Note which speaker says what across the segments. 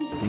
Speaker 1: tem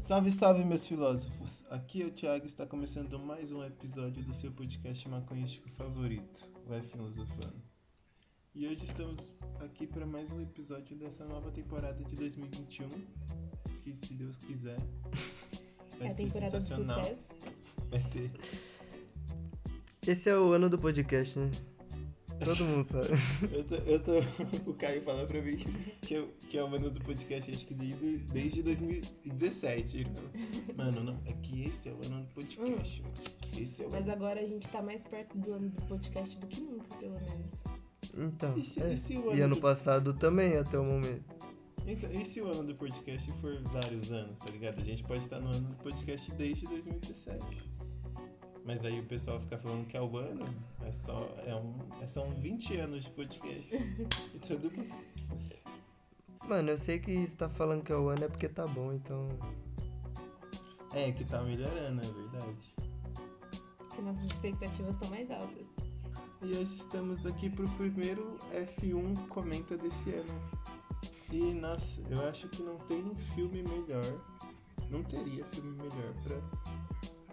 Speaker 2: Salve, salve, meus filósofos! Aqui é o Thiago e está começando mais um episódio do seu podcast maconhístico favorito, o F Filosofano. E hoje estamos aqui para mais um episódio dessa nova temporada de 2021, que se Deus quiser vai
Speaker 3: É a
Speaker 2: ser
Speaker 3: temporada de
Speaker 2: Assim, sensacional.
Speaker 3: sucesso.
Speaker 2: Vai ser.
Speaker 4: Esse é o ano do podcast, né? Todo mundo sabe.
Speaker 2: Eu tô, eu tô- o Caio falou pra mim que, eu, que é o ano do podcast, acho que desde, desde 2017. Ele falou, mano, não, é que esse é o ano do podcast, mano. Esse é o
Speaker 3: Mas
Speaker 2: ano.
Speaker 3: agora a gente tá mais perto do ano do podcast do que nunca, pelo menos.
Speaker 4: Então.
Speaker 2: E se-
Speaker 4: é.
Speaker 2: e se o
Speaker 4: E
Speaker 2: ano
Speaker 4: ano
Speaker 2: do-
Speaker 4: passado também, até o momento.
Speaker 2: Então, e se o ano do podcast for vários anos, tá ligado? A gente pode estar no ano do podcast desde 2017. Mas aí o pessoal fica falando que é o ano, é só. É um, é, são 20 anos de podcast. é E tudo bem.
Speaker 4: Mano, eu sei que você tá falando que é o ano é porque tá bom, então.
Speaker 2: É, que tá melhorando, é verdade.
Speaker 3: Porque nossas expectativas estão mais altas.
Speaker 2: E hoje estamos aqui pro primeiro F1 Comenta desse ano. E nossa, eu acho que não tem filme melhor. Não teria filme melhor pra,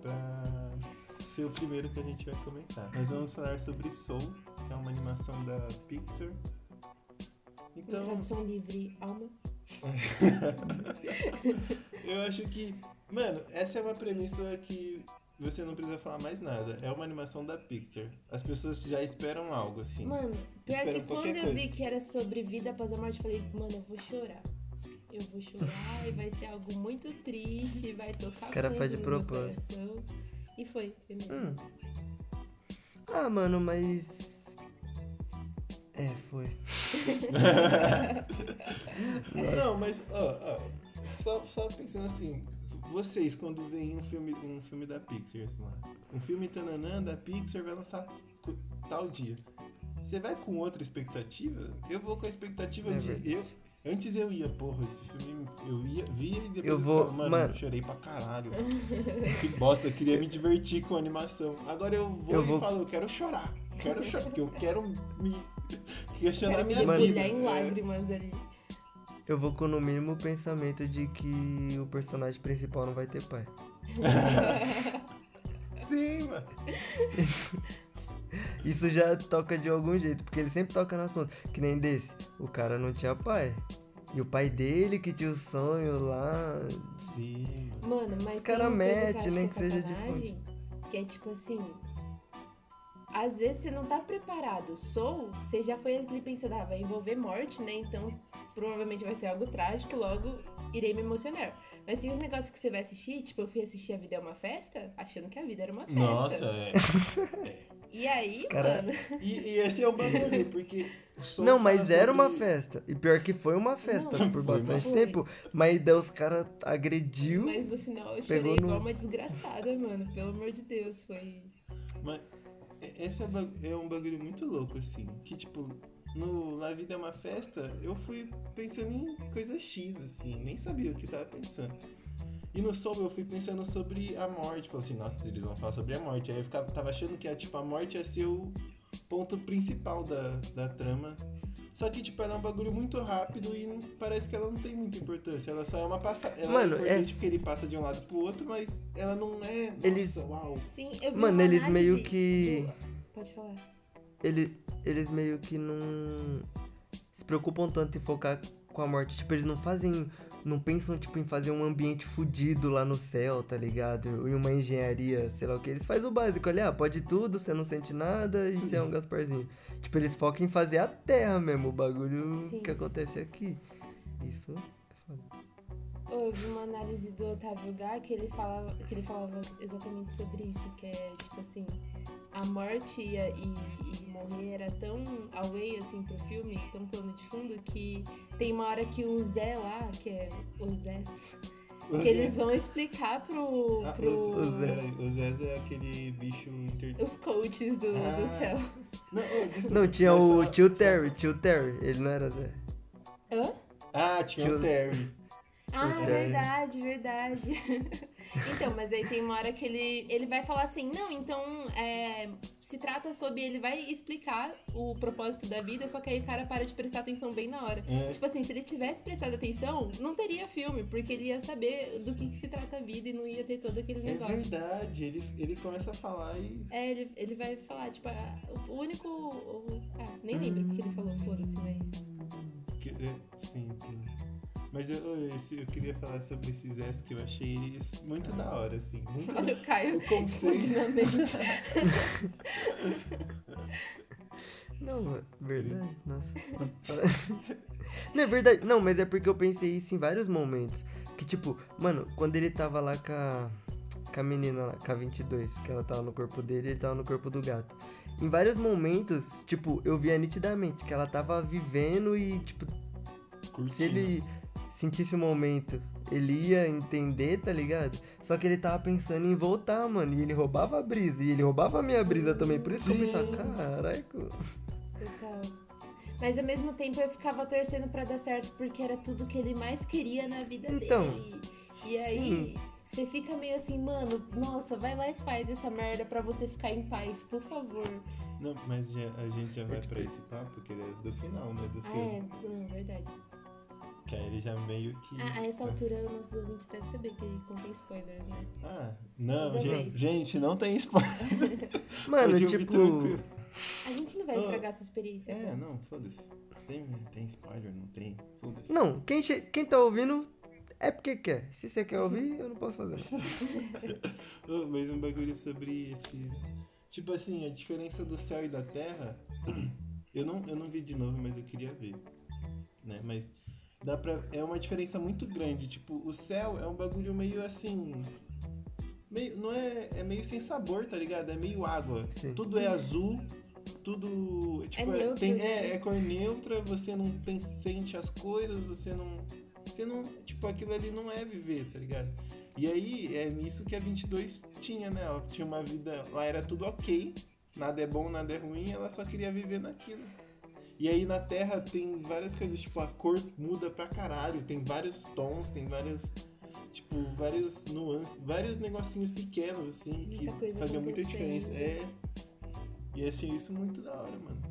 Speaker 2: pra ser o primeiro que a gente vai comentar. Nós vamos falar sobre Soul, que é uma animação da Pixar.
Speaker 3: Em
Speaker 2: Então,
Speaker 3: Tradução livre, alma.
Speaker 2: eu acho que. Mano, essa é uma premissa que você não precisa falar mais nada. É uma animação da Pixar. As pessoas já esperam algo, assim.
Speaker 3: Mano, pior
Speaker 2: Espero
Speaker 3: que quando
Speaker 2: qualquer
Speaker 3: eu
Speaker 2: coisa.
Speaker 3: vi que era sobre vida após a morte, eu falei, mano, eu vou chorar. Eu vou chorar e vai ser algo muito triste, vai tocar
Speaker 4: Os cara
Speaker 3: fundo
Speaker 4: faz de
Speaker 3: no
Speaker 4: propósito.
Speaker 3: meu coração. E foi, foi mesmo.
Speaker 4: Hum. Ah, mano, mas. É, foi.
Speaker 2: Não, mas, ó, ó, só, só pensando assim, vocês quando veem um filme, um filme da Pixar, sei lá, um filme tananã da Pixar vai lançar co- tal dia. Você vai com outra expectativa? Eu vou com a expectativa
Speaker 4: É
Speaker 2: de
Speaker 4: verdade.
Speaker 2: eu Antes eu ia, porra, esse filme eu ia, via e depois
Speaker 4: Eu
Speaker 2: ficava,
Speaker 4: vou-
Speaker 2: mano,
Speaker 4: mano.
Speaker 2: chorei pra caralho. que bosta, eu queria me divertir com a animação. Agora eu vou
Speaker 4: Eu
Speaker 2: e
Speaker 4: vou-
Speaker 2: falo, eu quero chorar. Quero chorar, porque eu quero me questionar
Speaker 3: Quero me
Speaker 2: minha vida.
Speaker 3: debulhar em
Speaker 2: É.
Speaker 3: lágrimas ali.
Speaker 4: Eu vou com no mínimo o pensamento de que o personagem principal não vai ter pai.
Speaker 2: Sim, mano.
Speaker 4: Isso já toca de algum jeito, porque ele sempre toca no assunto. Que nem desse, o cara não tinha pai. E o pai dele que tinha o sonho lá.
Speaker 2: Sim, mano.
Speaker 3: Mano, mas
Speaker 4: Os cara
Speaker 3: tem uma coisa que
Speaker 4: mete,
Speaker 3: eu acho
Speaker 4: nem
Speaker 3: que
Speaker 4: que
Speaker 3: é
Speaker 4: seja de
Speaker 3: sacanagem, que é tipo assim, às vezes você não tá preparado. Sou, você já foi ali pensando, ah, vai envolver morte, né? Então provavelmente vai ter algo trágico, logo irei me emocionar. Mas tem os negócios que você vai assistir, tipo, eu fui assistir A Vida é uma Festa, achando que a vida era uma festa.
Speaker 2: Nossa, é.
Speaker 3: E aí,
Speaker 4: Cara,
Speaker 3: mano,
Speaker 2: E, e esse é o bagulho, porque o som
Speaker 4: não,
Speaker 2: fala
Speaker 4: mas era
Speaker 2: sobre-
Speaker 4: uma festa. E pior que foi uma festa
Speaker 3: Não,
Speaker 4: por
Speaker 2: foi,
Speaker 4: bastante
Speaker 3: mas-
Speaker 4: tempo. Mas daí os caras agrediu.
Speaker 3: mas no final eu
Speaker 4: Pegou
Speaker 3: chorei
Speaker 4: no-
Speaker 3: igual uma desgraçada, mano. Pelo amor de Deus, foi.
Speaker 2: Mas esse é, ba- é um bagulho muito louco, assim. Que, tipo, no La Vida é uma Festa, eu fui pensando em coisa X, assim. Nem sabia o que tava pensando. E no som eu fui pensando sobre a morte. Falei assim, nossa, eles vão falar sobre a morte. Aí eu ficava, tava achando que, tipo, a morte ia ser o ponto principal da, da trama. Só que, tipo, ela é um bagulho muito rápido e não- parece que ela não tem muita importância. Ela só é uma passa... Ela
Speaker 4: Mano,
Speaker 2: é
Speaker 4: é-
Speaker 2: importante porque ele passa de um lado pro outro, mas ela não é... Nossa,
Speaker 4: Eles-
Speaker 2: uau.
Speaker 3: Sim, eu vi
Speaker 4: Mano,
Speaker 3: uma
Speaker 4: eles meio
Speaker 3: análise
Speaker 4: que-
Speaker 3: do- Pode falar.
Speaker 4: Ele, eles meio que não se preocupam tanto em focar com a morte. Tipo, eles não fazem. Não pensam, tipo, em fazer um ambiente fudido lá no céu, tá ligado? Em uma engenharia, sei lá o que. Eles fazem o básico ali, ah, pode tudo, você não sente nada e você é um Gasparzinho. Tipo, eles focam em fazer a terra mesmo, o bagulho
Speaker 3: Sim.
Speaker 4: que acontece aqui. Isso.
Speaker 3: Ô, Eu vi uma análise do Otávio Gá que ele falava, que ele falava exatamente sobre isso, que é tipo assim, a morte e, a- e- e morrer era tão away assim pro filme, tão plano de fundo, que tem uma hora que o Zé lá, que é o Zé, Que eles vão explicar pro.
Speaker 2: Ah,
Speaker 3: pro
Speaker 2: o Zé- peraí, o Zez é aquele bicho inter...
Speaker 3: os coaches do,
Speaker 2: Ah.
Speaker 3: do céu.
Speaker 2: Não, ô, desculpa,
Speaker 4: Não, tinha
Speaker 2: mas
Speaker 4: o
Speaker 2: só-
Speaker 4: tio
Speaker 2: só-
Speaker 4: Terry, tio Terry, ele não era Zé.
Speaker 3: Hã?
Speaker 2: Ah, tinha
Speaker 4: Tio-
Speaker 2: o Terry.
Speaker 3: Ah,
Speaker 4: É.
Speaker 3: verdade, verdade. então, mas aí tem uma hora que ele, ele vai falar assim, não, então é, se trata sobre. Ele vai explicar o propósito da vida, só que aí o cara para de prestar atenção bem na hora.
Speaker 2: É.
Speaker 3: Tipo assim, se ele tivesse prestado atenção, não teria filme, porque ele ia saber do que, que se trata a vida e não ia ter todo aquele
Speaker 2: É
Speaker 3: negócio.
Speaker 2: verdade, ele, ele começa a falar e.
Speaker 3: É, ele, ele vai falar, tipo, ah, o único. o- ah, nem lembro o que ele falou, foda-se, mas.
Speaker 2: que- é, Sim, sim. Mas eu, eu- esse- eu queria falar sobre esses S que eu achei eles muito da hora, assim. Muito
Speaker 3: Olha o Caio
Speaker 2: O conceito.
Speaker 3: explodinamente.
Speaker 4: Não, verdade, nossa. não é verdade, não, mas é porque eu pensei isso em vários momentos. Que tipo, mano, quando ele tava lá com a, com a menina lá, com a 22, que ela tava no corpo dele e ele tava no corpo do gato. Em vários momentos, tipo, eu via nitidamente que ela tava vivendo e, tipo, se
Speaker 2: curtindo.
Speaker 4: ele sentisse o momento, ele ia entender, tá ligado? Só que ele tava pensando em voltar, mano. E ele roubava a brisa. E ele roubava a minha brisa também. Por isso que eu
Speaker 2: Sim.
Speaker 4: pensava, caraca.
Speaker 3: Total. Mas ao mesmo tempo eu ficava torcendo pra dar certo, porque era tudo que ele mais queria na vida
Speaker 4: Então,
Speaker 3: dele. E aí. Você fica meio assim, mano, nossa, vai lá e faz essa merda pra você ficar em paz, por favor.
Speaker 2: Não, mas já- a gente já vai pra esse papo, que ele é do final, né? Do
Speaker 3: Ah, é,
Speaker 2: filme.
Speaker 3: não, verdade. Ah,
Speaker 2: Que aí ele já meio que.
Speaker 3: A, a essa altura, nossos ouvintes devem saber que contém spoilers, né?
Speaker 2: Ah, não,
Speaker 3: Toda
Speaker 2: gente,
Speaker 3: vez.
Speaker 2: gente, não tem spoiler.
Speaker 4: Mano,
Speaker 2: Pode ouvir
Speaker 4: tipo.
Speaker 2: tranquilo.
Speaker 3: A gente não vai
Speaker 2: Ah.
Speaker 3: estragar a sua experiência. tá?
Speaker 2: É, não, foda-se. Tem, tem spoiler, não tem? Foda-se.
Speaker 4: Não, quem, che- quem tá ouvindo é porque quer. Se você quer ouvir, eu não posso fazer.
Speaker 2: Ô, mas um bagulho sobre esses. Tipo assim, a diferença do céu e da terra. Eu não, eu não vi de novo, mas eu queria ver. Né? Mas dá pra. É uma diferença muito grande. Tipo, o céu é um bagulho meio assim. Meio, não é, é meio sem sabor, tá ligado? É meio água.
Speaker 4: Sim.
Speaker 2: Tudo é azul, tudo. Tipo, é,
Speaker 3: neutro,
Speaker 2: tem-
Speaker 3: né?
Speaker 2: é, é cor neutra, você não tem, sente as coisas, você não. Você não. Tipo, aquilo ali não é viver, tá ligado? E aí é nisso que a 22 tinha, né? Ela tinha uma vida. Lá era tudo ok, nada é bom, nada é ruim, ela só queria viver naquilo. E aí na Terra tem várias coisas, tipo, a cor muda pra caralho, tem vários tons, tem várias. Tipo, várias nuances, vários negocinhos pequenos, assim, que
Speaker 3: Muita coisa
Speaker 2: faziam muita
Speaker 3: acontecendo.
Speaker 2: diferença. É. E achei isso muito da hora, mano.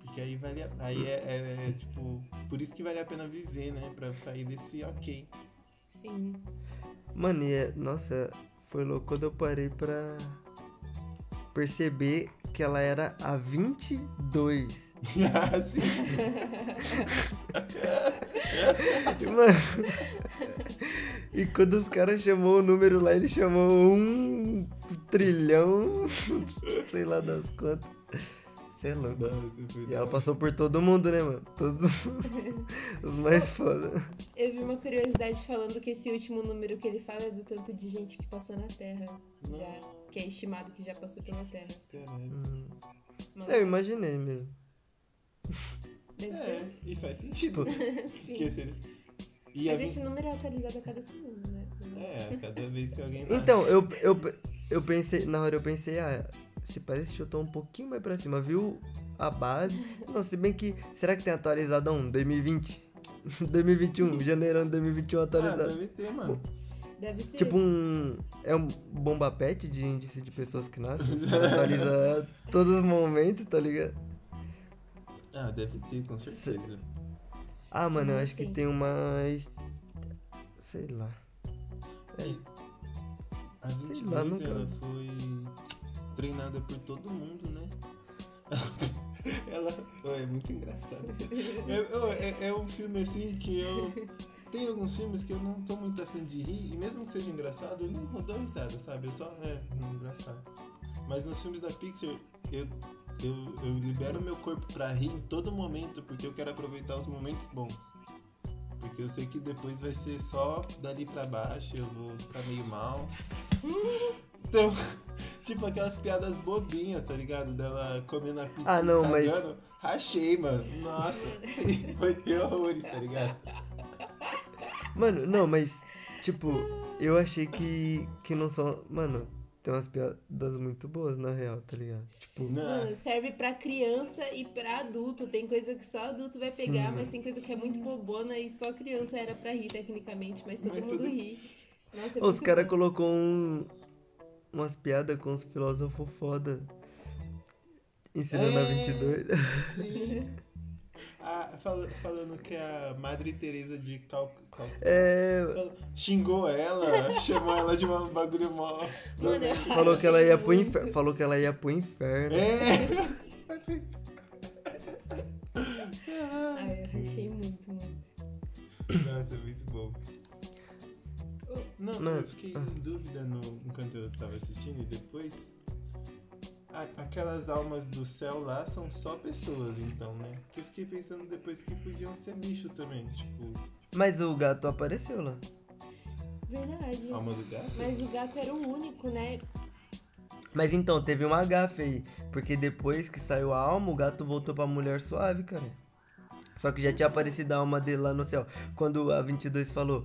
Speaker 2: Porque aí vale a... Aí é, é, é, tipo. Por isso que vale a pena viver, né? Pra sair desse ok.
Speaker 3: Sim.
Speaker 4: Mano, e é, nossa, foi louco quando eu parei pra perceber que ela era a 22.
Speaker 2: assim.
Speaker 4: Mano. E quando os caras chamou o número lá, ele chamou um trilhão, sei lá das quantas. Sei lá.
Speaker 2: Nossa, foi
Speaker 4: E
Speaker 2: da
Speaker 4: ela
Speaker 2: hora.
Speaker 4: passou por todo mundo, né, mano? Todos os mais foda.
Speaker 3: Eu vi uma curiosidade falando que esse último número que ele fala é do tanto de gente que passou na Terra. Já, que é estimado que já passou pela Terra.
Speaker 2: Caralho.
Speaker 4: Hum.
Speaker 3: Mano,
Speaker 2: É,
Speaker 4: Eu imaginei mesmo.
Speaker 3: Deve ser.
Speaker 2: É, e faz sentido. Porque
Speaker 3: Sim.
Speaker 2: se eles. E a
Speaker 3: Mas
Speaker 2: vi-
Speaker 3: esse número é atualizado a cada segundo, né?
Speaker 2: É, cada vez que alguém nasce.
Speaker 4: Então, eu, eu, eu pensei, na hora eu pensei, ah, se parece que chutou um pouquinho mais pra cima, viu? A base. Não, se bem que. Será que tem atualizado a um? 2020? 2021, janeiro de 2021
Speaker 2: Ah,
Speaker 4: atualizado.
Speaker 2: deve ter, mano.
Speaker 3: Deve ser.
Speaker 4: Tipo um. É um bomba pet de índice de pessoas que nascem. Atualiza a todo momento, tá ligado?
Speaker 2: Ah, deve ter, com certeza.
Speaker 4: Ah, mano, eu
Speaker 3: Uma
Speaker 4: acho que
Speaker 3: ciência.
Speaker 4: tem uma. es- Sei lá.
Speaker 2: A 22,
Speaker 4: É. lá, nunca-
Speaker 2: ela foi treinada por todo mundo, né? ela. Ô, é muito engraçado. É, ô, é- é um filme assim que eu. Tem alguns filmes que eu não tô muito afim de rir, e mesmo que seja engraçado, eu não vou dar risada, sabe? Eu só. É, hum, engraçado. Mas nos filmes da Pixar, eu, eu, eu libero meu corpo pra rir em todo momento, porque eu quero aproveitar os momentos bons. Porque eu sei que depois vai ser só dali pra baixo, eu vou ficar meio mal. Então, tipo aquelas piadas bobinhas, tá ligado? Dela comendo a pizza
Speaker 4: Ah, não,
Speaker 2: e
Speaker 4: mas-
Speaker 2: cagando. Rachei, mano. Nossa. Foi horrores, tá ligado?
Speaker 4: Mano, não, mas. Tipo, eu achei que, que não são. Mano, tem umas piadas muito boas na real, tá ligado? Tipo,
Speaker 2: Não,
Speaker 3: Mano, um, serve pra criança e pra adulto. Tem coisa que só adulto vai pegar, mas tem coisa que é muito bobona e só criança era pra rir, tecnicamente, mas todo
Speaker 2: Mas
Speaker 3: mundo
Speaker 2: todo-
Speaker 3: ri. Nossa, é
Speaker 4: os
Speaker 3: muito
Speaker 4: caras
Speaker 3: bom.
Speaker 4: colocou um, umas piadas com os filósofos foda. Ensinando a
Speaker 2: É.
Speaker 4: 22.
Speaker 2: sim. Ah, fala- falando que a Madre Teresa de Cal... Cal...
Speaker 4: É.
Speaker 2: Ela xingou ela, chamou ela de um bagulho mó.
Speaker 3: Mano, eu
Speaker 4: Falou que ela
Speaker 3: achei
Speaker 4: ia pro
Speaker 3: muito.
Speaker 4: inferno. Falou que ela ia pro inferno.
Speaker 2: É,
Speaker 3: Ai, Ah, eu achei muito, muito.
Speaker 2: Nossa, é muito bom. Não,
Speaker 4: Mano,
Speaker 2: eu fiquei em dúvida no, enquanto eu tava assistindo e depois. A- aquelas almas do céu lá são só pessoas, então, né? Que eu fiquei pensando depois que podiam ser bichos também, tipo,
Speaker 4: Mas o gato apareceu lá.
Speaker 3: Verdade.
Speaker 2: alma do gato.
Speaker 3: Mas o gato era o único, né?
Speaker 4: Mas então, teve uma gafe aí. Porque depois que saiu a alma, o gato voltou pra mulher suave, cara. Só que já tinha aparecido a alma dele lá no céu. Quando a 22 falou,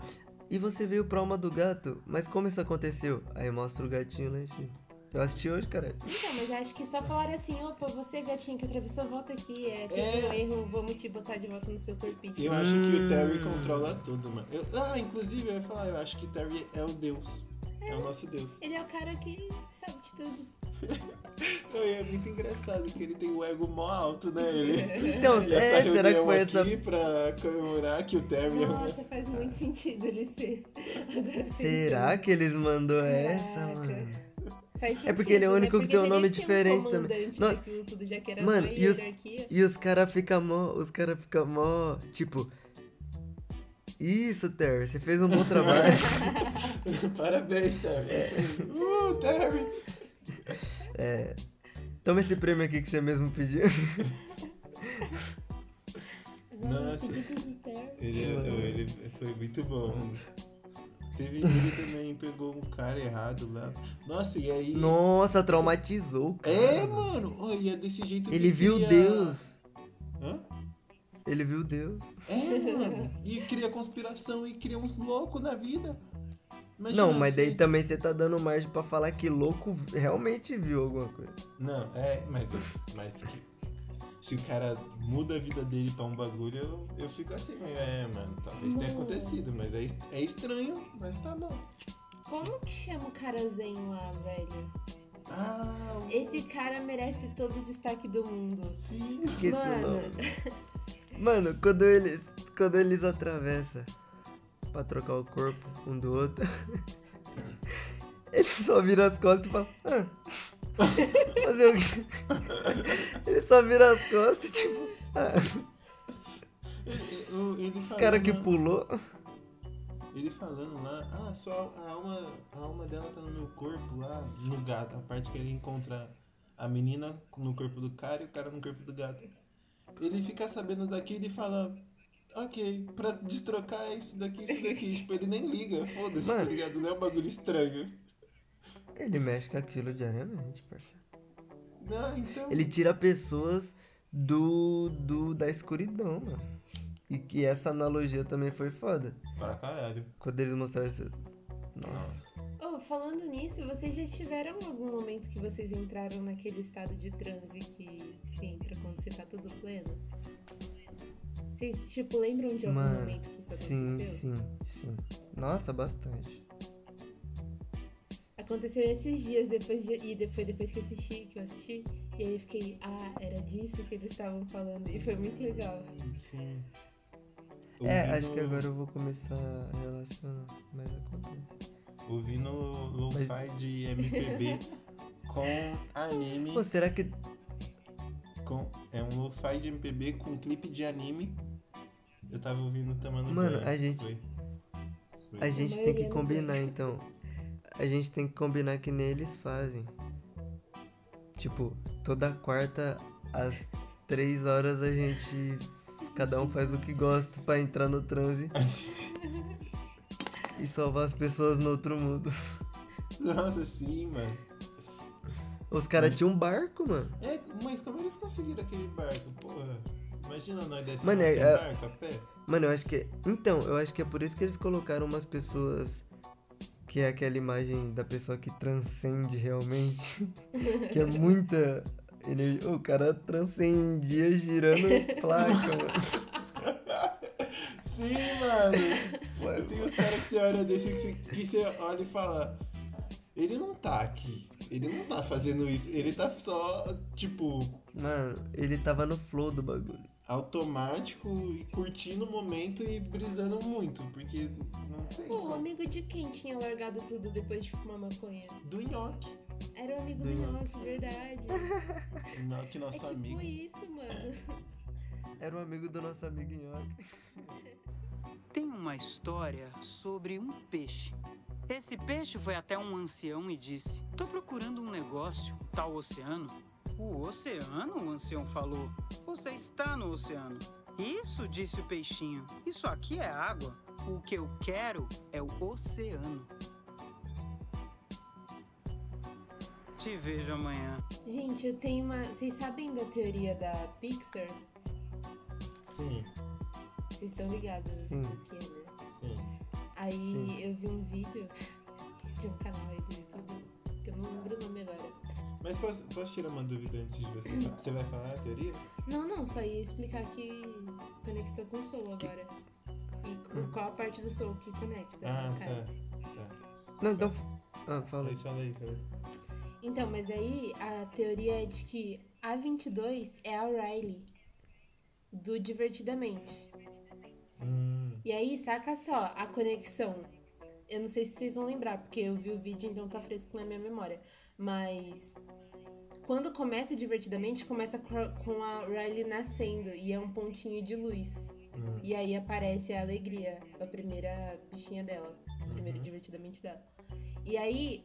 Speaker 4: e você veio pra alma do gato? Mas como isso aconteceu? Aí mostra o gatinho lá em cima. Eu assisti hoje, cara.
Speaker 3: Então, mas eu acho que só falaram assim, opa, você gatinho que atravessou, volta aqui. É, teve
Speaker 2: É.
Speaker 3: um erro, vamos te botar de volta no seu corpinho.
Speaker 2: Eu acho que o Terry controla tudo, mano. Eu- ah, inclusive eu ia falar, eu acho que Terry é o Deus. É o nosso Deus.
Speaker 3: Ele é o cara que sabe de tudo.
Speaker 2: Não, e é muito engraçado que ele tem o ego mó alto, né? Ele.
Speaker 4: Então,
Speaker 2: E
Speaker 4: é,
Speaker 2: essa
Speaker 4: será que
Speaker 2: reunião
Speaker 4: foi
Speaker 2: aqui
Speaker 4: essa.
Speaker 2: pra comemorar que o Terry
Speaker 3: Nossa, faz muito sentido ele ser. Agora
Speaker 4: Será que eles mandou essa,
Speaker 3: Caraca.
Speaker 4: mano?
Speaker 3: Faz
Speaker 4: É
Speaker 3: sentido,
Speaker 4: porque ele é o
Speaker 3: né?
Speaker 4: único que
Speaker 3: Porque
Speaker 4: tem um
Speaker 3: teria
Speaker 4: nome
Speaker 3: que ter
Speaker 4: diferente
Speaker 3: um
Speaker 4: também.
Speaker 3: comandante
Speaker 4: Não.
Speaker 3: daquilo tudo, já que era
Speaker 4: Mano,
Speaker 3: uma
Speaker 4: e os-
Speaker 3: hierarquia.
Speaker 4: E os caras ficam mó. Os caras ficam mó. Tipo. Isso, Terry, você fez um bom
Speaker 2: é o.
Speaker 4: trabalho.
Speaker 2: Parabéns, Terry. É isso aí. Uh, Terry!
Speaker 4: É. Toma esse prêmio aqui que você mesmo pediu.
Speaker 2: Nossa.
Speaker 3: pedido do Terry.
Speaker 2: Ele, é, ele foi muito bom. Teve, ele também pegou um cara errado lá. Nossa, e aí.
Speaker 4: Nossa, traumatizou, cara.
Speaker 2: É, mano! Olha, desse jeito que
Speaker 4: Ele viu
Speaker 2: cria-
Speaker 4: Deus.
Speaker 2: Hã?
Speaker 4: Ele viu Deus.
Speaker 2: É, mano. E cria conspiração e cria uns loucos na vida. Imagina
Speaker 4: Não, mas daí
Speaker 2: assim.
Speaker 4: também você tá dando margem pra falar que louco realmente viu alguma coisa.
Speaker 2: Não, é, mas, mas que- se o cara muda a vida dele pra um bagulho, eu, eu fico assim, meio, é, mano, talvez tenha
Speaker 3: Mano.
Speaker 2: acontecido, mas é, est- é estranho, mas tá bom.
Speaker 3: Como que chama o carazinho lá, velho?
Speaker 2: Ah,
Speaker 3: Esse cara merece todo o destaque do mundo.
Speaker 2: sim.
Speaker 4: Esqueci o
Speaker 3: Mano.
Speaker 4: nome. Mano, quando eles, quando eles atravessam pra trocar o corpo um do outro, eles só viram as costas e falam. Ah, fazer o quê? Eles só viram as costas, tipo. Ah,
Speaker 2: Ele, eu- ele
Speaker 4: o
Speaker 2: falando,
Speaker 4: cara que
Speaker 2: lá-
Speaker 4: pulou.
Speaker 2: Ele falando lá, ah, sua, al- a, alma, a alma dela tá no meu corpo lá, no gato, a parte que ele encontra a menina no corpo do cara e o cara no corpo do gato. Ele fica sabendo daquilo e fala, ok, pra destrocar é isso daqui, isso daqui. tipo, ele nem liga, foda-se, tá
Speaker 4: Mano.
Speaker 2: ligado? Não é um bagulho estranho.
Speaker 4: Ele mexe com aquilo diariamente, parceiro.
Speaker 2: Não, então.
Speaker 4: Ele tira pessoas do, do da escuridão, mano. E que essa analogia também foi foda.
Speaker 2: Pra caralho.
Speaker 4: Quando eles mostraram isso. Nossa.
Speaker 3: Oh, falando nisso, vocês já tiveram algum momento que vocês entraram naquele estado de transe que se entra quando você tá tudo pleno? Vocês, tipo, lembram de algum
Speaker 4: Mano,
Speaker 3: momento que isso
Speaker 4: Sim,
Speaker 3: aconteceu?
Speaker 4: sim, sim. Nossa, bastante.
Speaker 3: Aconteceu esses dias depois de, e de- foi depois que eu assisti, que eu assisti, e aí eu fiquei, ah, era disso que eles estavam falando, e foi muito legal.
Speaker 2: Sim.
Speaker 4: É,
Speaker 2: Ouvi
Speaker 4: acho que
Speaker 2: no-
Speaker 4: agora eu vou começar a relacionar. Mas acontece.
Speaker 2: Ouvi no lo-fi de MPB com anime.
Speaker 4: Pô, será que.
Speaker 2: Com- é um lo-fi de MPB com clipe de anime. Eu tava ouvindo Tamando
Speaker 4: Mano,
Speaker 2: Banho,
Speaker 4: a gente-
Speaker 2: foi. Foi.
Speaker 4: A gente tem que
Speaker 3: maioria não
Speaker 4: combinar
Speaker 3: tem.
Speaker 4: então. A gente tem que combinar que nem eles fazem. Tipo, toda quarta às três horas a gente. Cada um faz o que gosta pra entrar no transe e salvar as pessoas no outro mundo.
Speaker 2: Nossa, sim, mano.
Speaker 4: Os caras tinham um barco, mano.
Speaker 2: É, mas como eles conseguiram aquele barco? Porra. Imagina nós desse
Speaker 4: Mano,
Speaker 2: sem
Speaker 4: é-
Speaker 2: barco a pé.
Speaker 4: Mano, eu acho que. Então, eu acho que é por isso que eles colocaram umas pessoas que é aquela imagem da pessoa que transcende realmente, que é muita energia. O cara transcendia girando placa, mano.
Speaker 2: Sim, mano. Eu tenho os caras que você olha desse, que você, que você olha e fala. Ele não tá aqui. Ele não tá fazendo isso. Ele tá só, tipo,
Speaker 4: Mano, ele tava no flow do bagulho.
Speaker 2: automático e curtindo o momento e brisando muito. Porque não tem
Speaker 3: Pô, o
Speaker 2: como.
Speaker 3: amigo de quem tinha largado tudo depois de fumar maconha?
Speaker 2: Do nhoque.
Speaker 3: Era o amigo do
Speaker 4: Do Nhoque.
Speaker 3: Nhoque, verdade.
Speaker 2: O nhoque,
Speaker 3: É
Speaker 2: nosso
Speaker 3: tipo
Speaker 2: amigo.
Speaker 3: isso, mano.
Speaker 4: Era um amigo do nosso amigo Nhoque.
Speaker 5: Tem uma história sobre um peixe. Esse peixe foi até um ancião e disse: Tô procurando um negócio, um tal oceano. O oceano? O ancião falou. Você está no oceano. Isso, disse o peixinho. Isso aqui é água. O que eu quero é o oceano. Te vejo amanhã.
Speaker 3: Gente, eu tenho uma. Vocês sabem da teoria da Pixar?
Speaker 2: Sim,
Speaker 3: Vocês estão ligados do que, né?
Speaker 2: sim.
Speaker 3: Aí eu vi um vídeo de um canal aí do YouTube, que eu não lembro o nome agora.
Speaker 2: Mas posso, posso tirar uma dúvida antes de você falar? Você vai falar a teoria?
Speaker 3: Não, não, só ia explicar que conecta com o Soul agora. E co- qual a parte do Soul que conecta,
Speaker 2: Hum. Ah,
Speaker 3: no
Speaker 2: tá.
Speaker 3: caso.
Speaker 2: Tá.
Speaker 4: Não, então. Ah, fala.
Speaker 2: Falei, falei, falei.
Speaker 3: Então, mas aí a teoria é de que a 22 é a Riley do Divertidamente. E aí, saca só a conexão. Eu não sei se vocês vão lembrar, porque eu vi o vídeo, então tá fresco na minha memória. Mas quando começa Divertidamente, começa com a- com a Riley nascendo e é um pontinho de luz. E aí aparece a alegria, a primeira bichinha dela, o primeiro Divertidamente dela. E aí,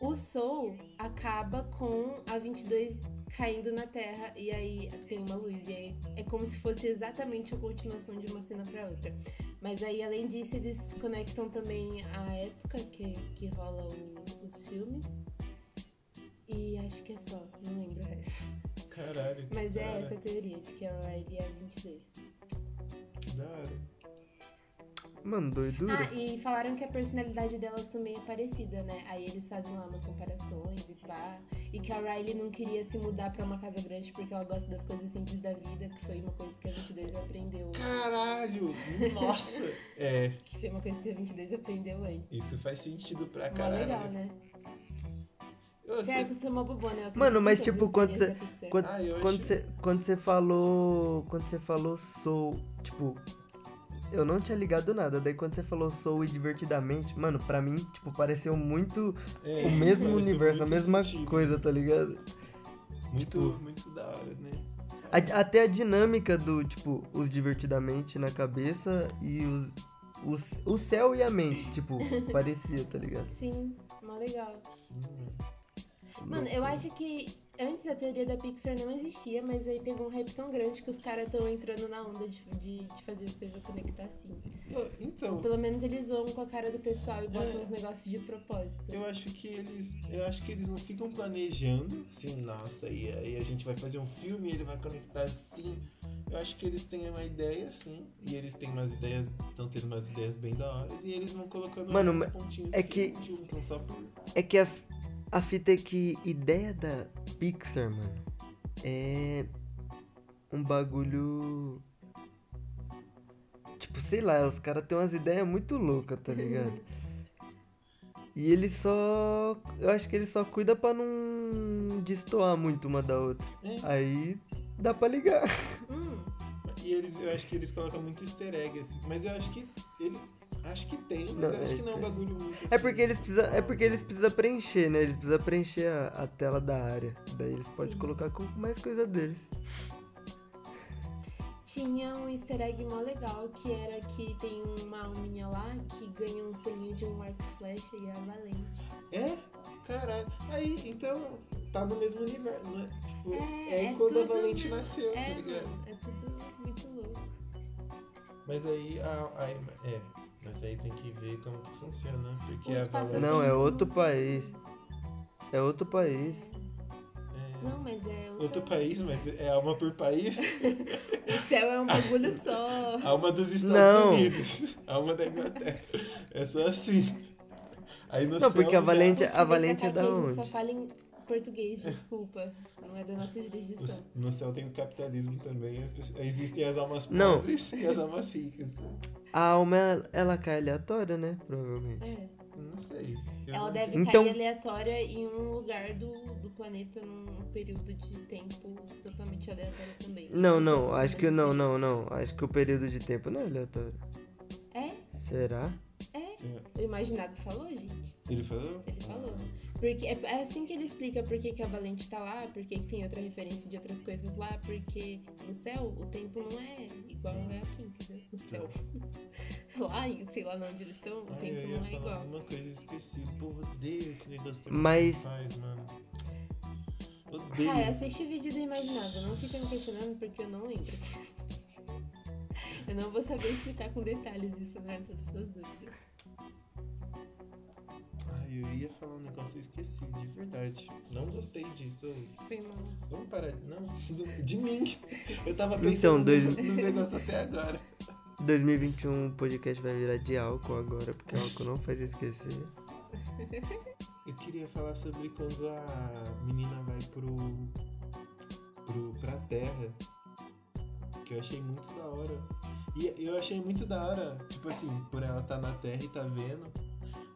Speaker 3: o Soul acaba com a 22 caindo na Terra e aí tem uma luz. E aí é como se fosse exatamente a continuação de uma cena pra outra. Mas aí, além disso, eles conectam também a época que, que rola o- os filmes. E acho que é só, não lembro o resto.
Speaker 2: Caralho. que
Speaker 3: Mas
Speaker 2: da
Speaker 3: é
Speaker 2: hora,
Speaker 3: essa a teoria de que a Riley é a 22.
Speaker 2: Que da hora.
Speaker 4: Mano, doidura.
Speaker 3: Ah, e falaram que a personalidade delas também é parecida, né? Aí eles fazem lá umas comparações e pá. E que a Riley não queria se mudar pra uma casa grande porque ela gosta das coisas simples da vida, que foi uma coisa que a 22 aprendeu.
Speaker 2: Caralho! Nossa! é,
Speaker 3: Que foi uma coisa que a 22 aprendeu antes.
Speaker 2: isso faz sentido pra
Speaker 3: Mó
Speaker 2: caralho.
Speaker 3: legal, né?
Speaker 2: Eu sei-
Speaker 3: Pior que eu sou uma bobona, eu acredito
Speaker 4: Mano,
Speaker 3: em
Speaker 4: mas
Speaker 3: todas
Speaker 4: tipo,
Speaker 3: as
Speaker 4: quando
Speaker 3: teorias
Speaker 4: cê-
Speaker 3: da Pixar.
Speaker 4: Quando,
Speaker 2: Ah, eu
Speaker 4: quando,
Speaker 2: achei-
Speaker 4: você, quando você falou. Quando você falou sou. Tipo. Eu não tinha ligado nada. Daí quando você falou sou e divertidamente, mano, pra mim, tipo, pareceu muito
Speaker 2: é,
Speaker 4: o mesmo
Speaker 2: parece
Speaker 4: universo, a
Speaker 2: muito
Speaker 4: mesma
Speaker 2: sentido.
Speaker 4: coisa, tá ligado?
Speaker 2: Muito,
Speaker 4: Tipo-
Speaker 2: muito da hora, né?
Speaker 4: A- até a dinâmica do, tipo, os divertidamente na cabeça e os. os- O, céu e a mente, tipo, parecia, tá ligado?
Speaker 3: Sim, mó legal.
Speaker 2: Sim, mano.
Speaker 3: Mano, eu acho que antes a teoria da Pixar não existia, mas aí pegou um hype tão grande que os caras estão entrando na onda de, de, de fazer as coisas conectar assim.
Speaker 2: Eu- Então,
Speaker 3: Pelo menos eles zoam com a cara do pessoal e botam
Speaker 2: É.
Speaker 3: os negócios de propósito.
Speaker 2: eu acho que eles. Eu acho que eles não ficam planejando. Assim, nossa, e aí a gente vai fazer um filme e ele vai conectar assim. Eu acho que eles têm uma ideia, assim. E eles têm umas ideias. Estão tendo umas ideias bem da hora. E eles vão colocando
Speaker 4: Mano,
Speaker 2: uns
Speaker 4: mas
Speaker 2: pontinhos
Speaker 4: é
Speaker 2: que,
Speaker 4: que-
Speaker 2: juntam só por.
Speaker 4: É que a, a fita é que ideia da Pixar, mano, é um bagulho. Tipo, sei lá, os caras têm umas ideias muito loucas, tá ligado? e eles só. Eu acho que eles só cuida pra não destoar muito uma da outra.
Speaker 2: É.
Speaker 4: Aí dá pra ligar.
Speaker 3: Hum,
Speaker 2: E eles, eu acho que eles colocam muito easter egg, assim. Mas eu acho que ele. Acho que tem, mas
Speaker 4: Não,
Speaker 2: eu acho
Speaker 4: é,
Speaker 2: que não é um
Speaker 4: tem.
Speaker 2: bagulho muito assim.
Speaker 4: É porque eles precisam. É porque eles precisam preencher, né? Eles precisam preencher a, a tela da área. Daí eles podem
Speaker 3: Sim.
Speaker 4: colocar com mais coisa deles.
Speaker 3: tinha um easter egg mó legal que era que tem uma alminha lá que ganha um selinho de um arco e flecha e é a valente.
Speaker 2: É? Caralho. Aí, então, tá no mesmo universo, né? Tipo, é,
Speaker 3: É,
Speaker 2: aí
Speaker 3: é
Speaker 2: quando a
Speaker 3: tudo
Speaker 2: Valente
Speaker 3: no-
Speaker 2: nasceu,
Speaker 3: é,
Speaker 2: tá ligado?
Speaker 3: mano, é tudo muito louco.
Speaker 2: Mas aí, a, a- é. Mas aí tem que ver como que funciona, porque
Speaker 3: O
Speaker 2: a
Speaker 3: espaço-
Speaker 2: Valente...
Speaker 4: Não, é
Speaker 3: Não.
Speaker 4: outro país. É outro país.
Speaker 2: É,
Speaker 3: Não, mas é outra...
Speaker 2: outro país, mas é alma por país,
Speaker 3: O céu é um bagulho só.
Speaker 2: alma dos Estados
Speaker 4: Não.
Speaker 2: Unidos, alma da Inglaterra. É só assim. Aí no
Speaker 4: Não,
Speaker 2: céu
Speaker 4: porque a
Speaker 2: já-
Speaker 4: Valente,
Speaker 3: Putz,
Speaker 4: a
Speaker 3: vem pra
Speaker 4: Valente
Speaker 3: cá
Speaker 4: é
Speaker 3: que
Speaker 4: da
Speaker 3: A
Speaker 4: onde?
Speaker 3: gente só fala em português, desculpa. Não é da nossa jurisdição.
Speaker 2: No céu tem o capitalismo também. as pessoas- Existem as almas
Speaker 4: Não.
Speaker 2: pobres e as almas ricas.
Speaker 4: A alma, ela cai aleatória, né? Provavelmente.
Speaker 3: É.
Speaker 2: Eu não sei. Eu
Speaker 3: Ela
Speaker 2: não-
Speaker 3: deve
Speaker 4: Então-
Speaker 3: cair aleatória em um lugar do, do planeta num período de tempo totalmente aleatório também.
Speaker 4: Não,
Speaker 3: Tipo,
Speaker 4: não,
Speaker 3: todos
Speaker 4: acho
Speaker 3: ao
Speaker 4: que
Speaker 3: mesmo
Speaker 4: não, não, não. Acho que o período de tempo não é aleatório.
Speaker 3: tempo. É,
Speaker 4: Será?
Speaker 3: o Imaginado falou, gente.
Speaker 2: Ele falou?
Speaker 3: Ele falou. Porque é é assim que ele explica por que, que a Valente tá lá, por que, que tem outra referência de outras coisas lá, porque no céu o tempo não é igual é aqui, entendeu? No céu. lá, em- sei lá onde eles estão, o
Speaker 2: Ai,
Speaker 3: tempo
Speaker 2: Ah, eu
Speaker 3: não
Speaker 2: ia
Speaker 3: é
Speaker 2: falar
Speaker 3: igual.
Speaker 2: alguma coisa, eu esqueci. Porra, odeio esse negócio que a
Speaker 4: Mas-
Speaker 2: Valente faz, mano. Odeio.
Speaker 3: Cara, assiste o vídeo do Imaginado, não fica me questionando porque eu não lembro. eu não vou saber explicar com detalhes e sanar todas as suas dúvidas.
Speaker 2: Ai, eu ia falar um negócio, eu esqueci, de verdade. Não gostei disso.
Speaker 3: Foi mal.
Speaker 2: Vamos parar. Não, do- de mim. Eu tava pensando
Speaker 4: Então, dois-
Speaker 2: no, no negócio até agora.
Speaker 4: 2021 o podcast vai virar de álcool agora, porque álcool não faz esquecer.
Speaker 2: Eu queria falar sobre quando a menina vai pro. pro pra terra. Que eu achei muito da hora. E eu achei muito da hora, tipo assim, por ela tá na terra e tá vendo.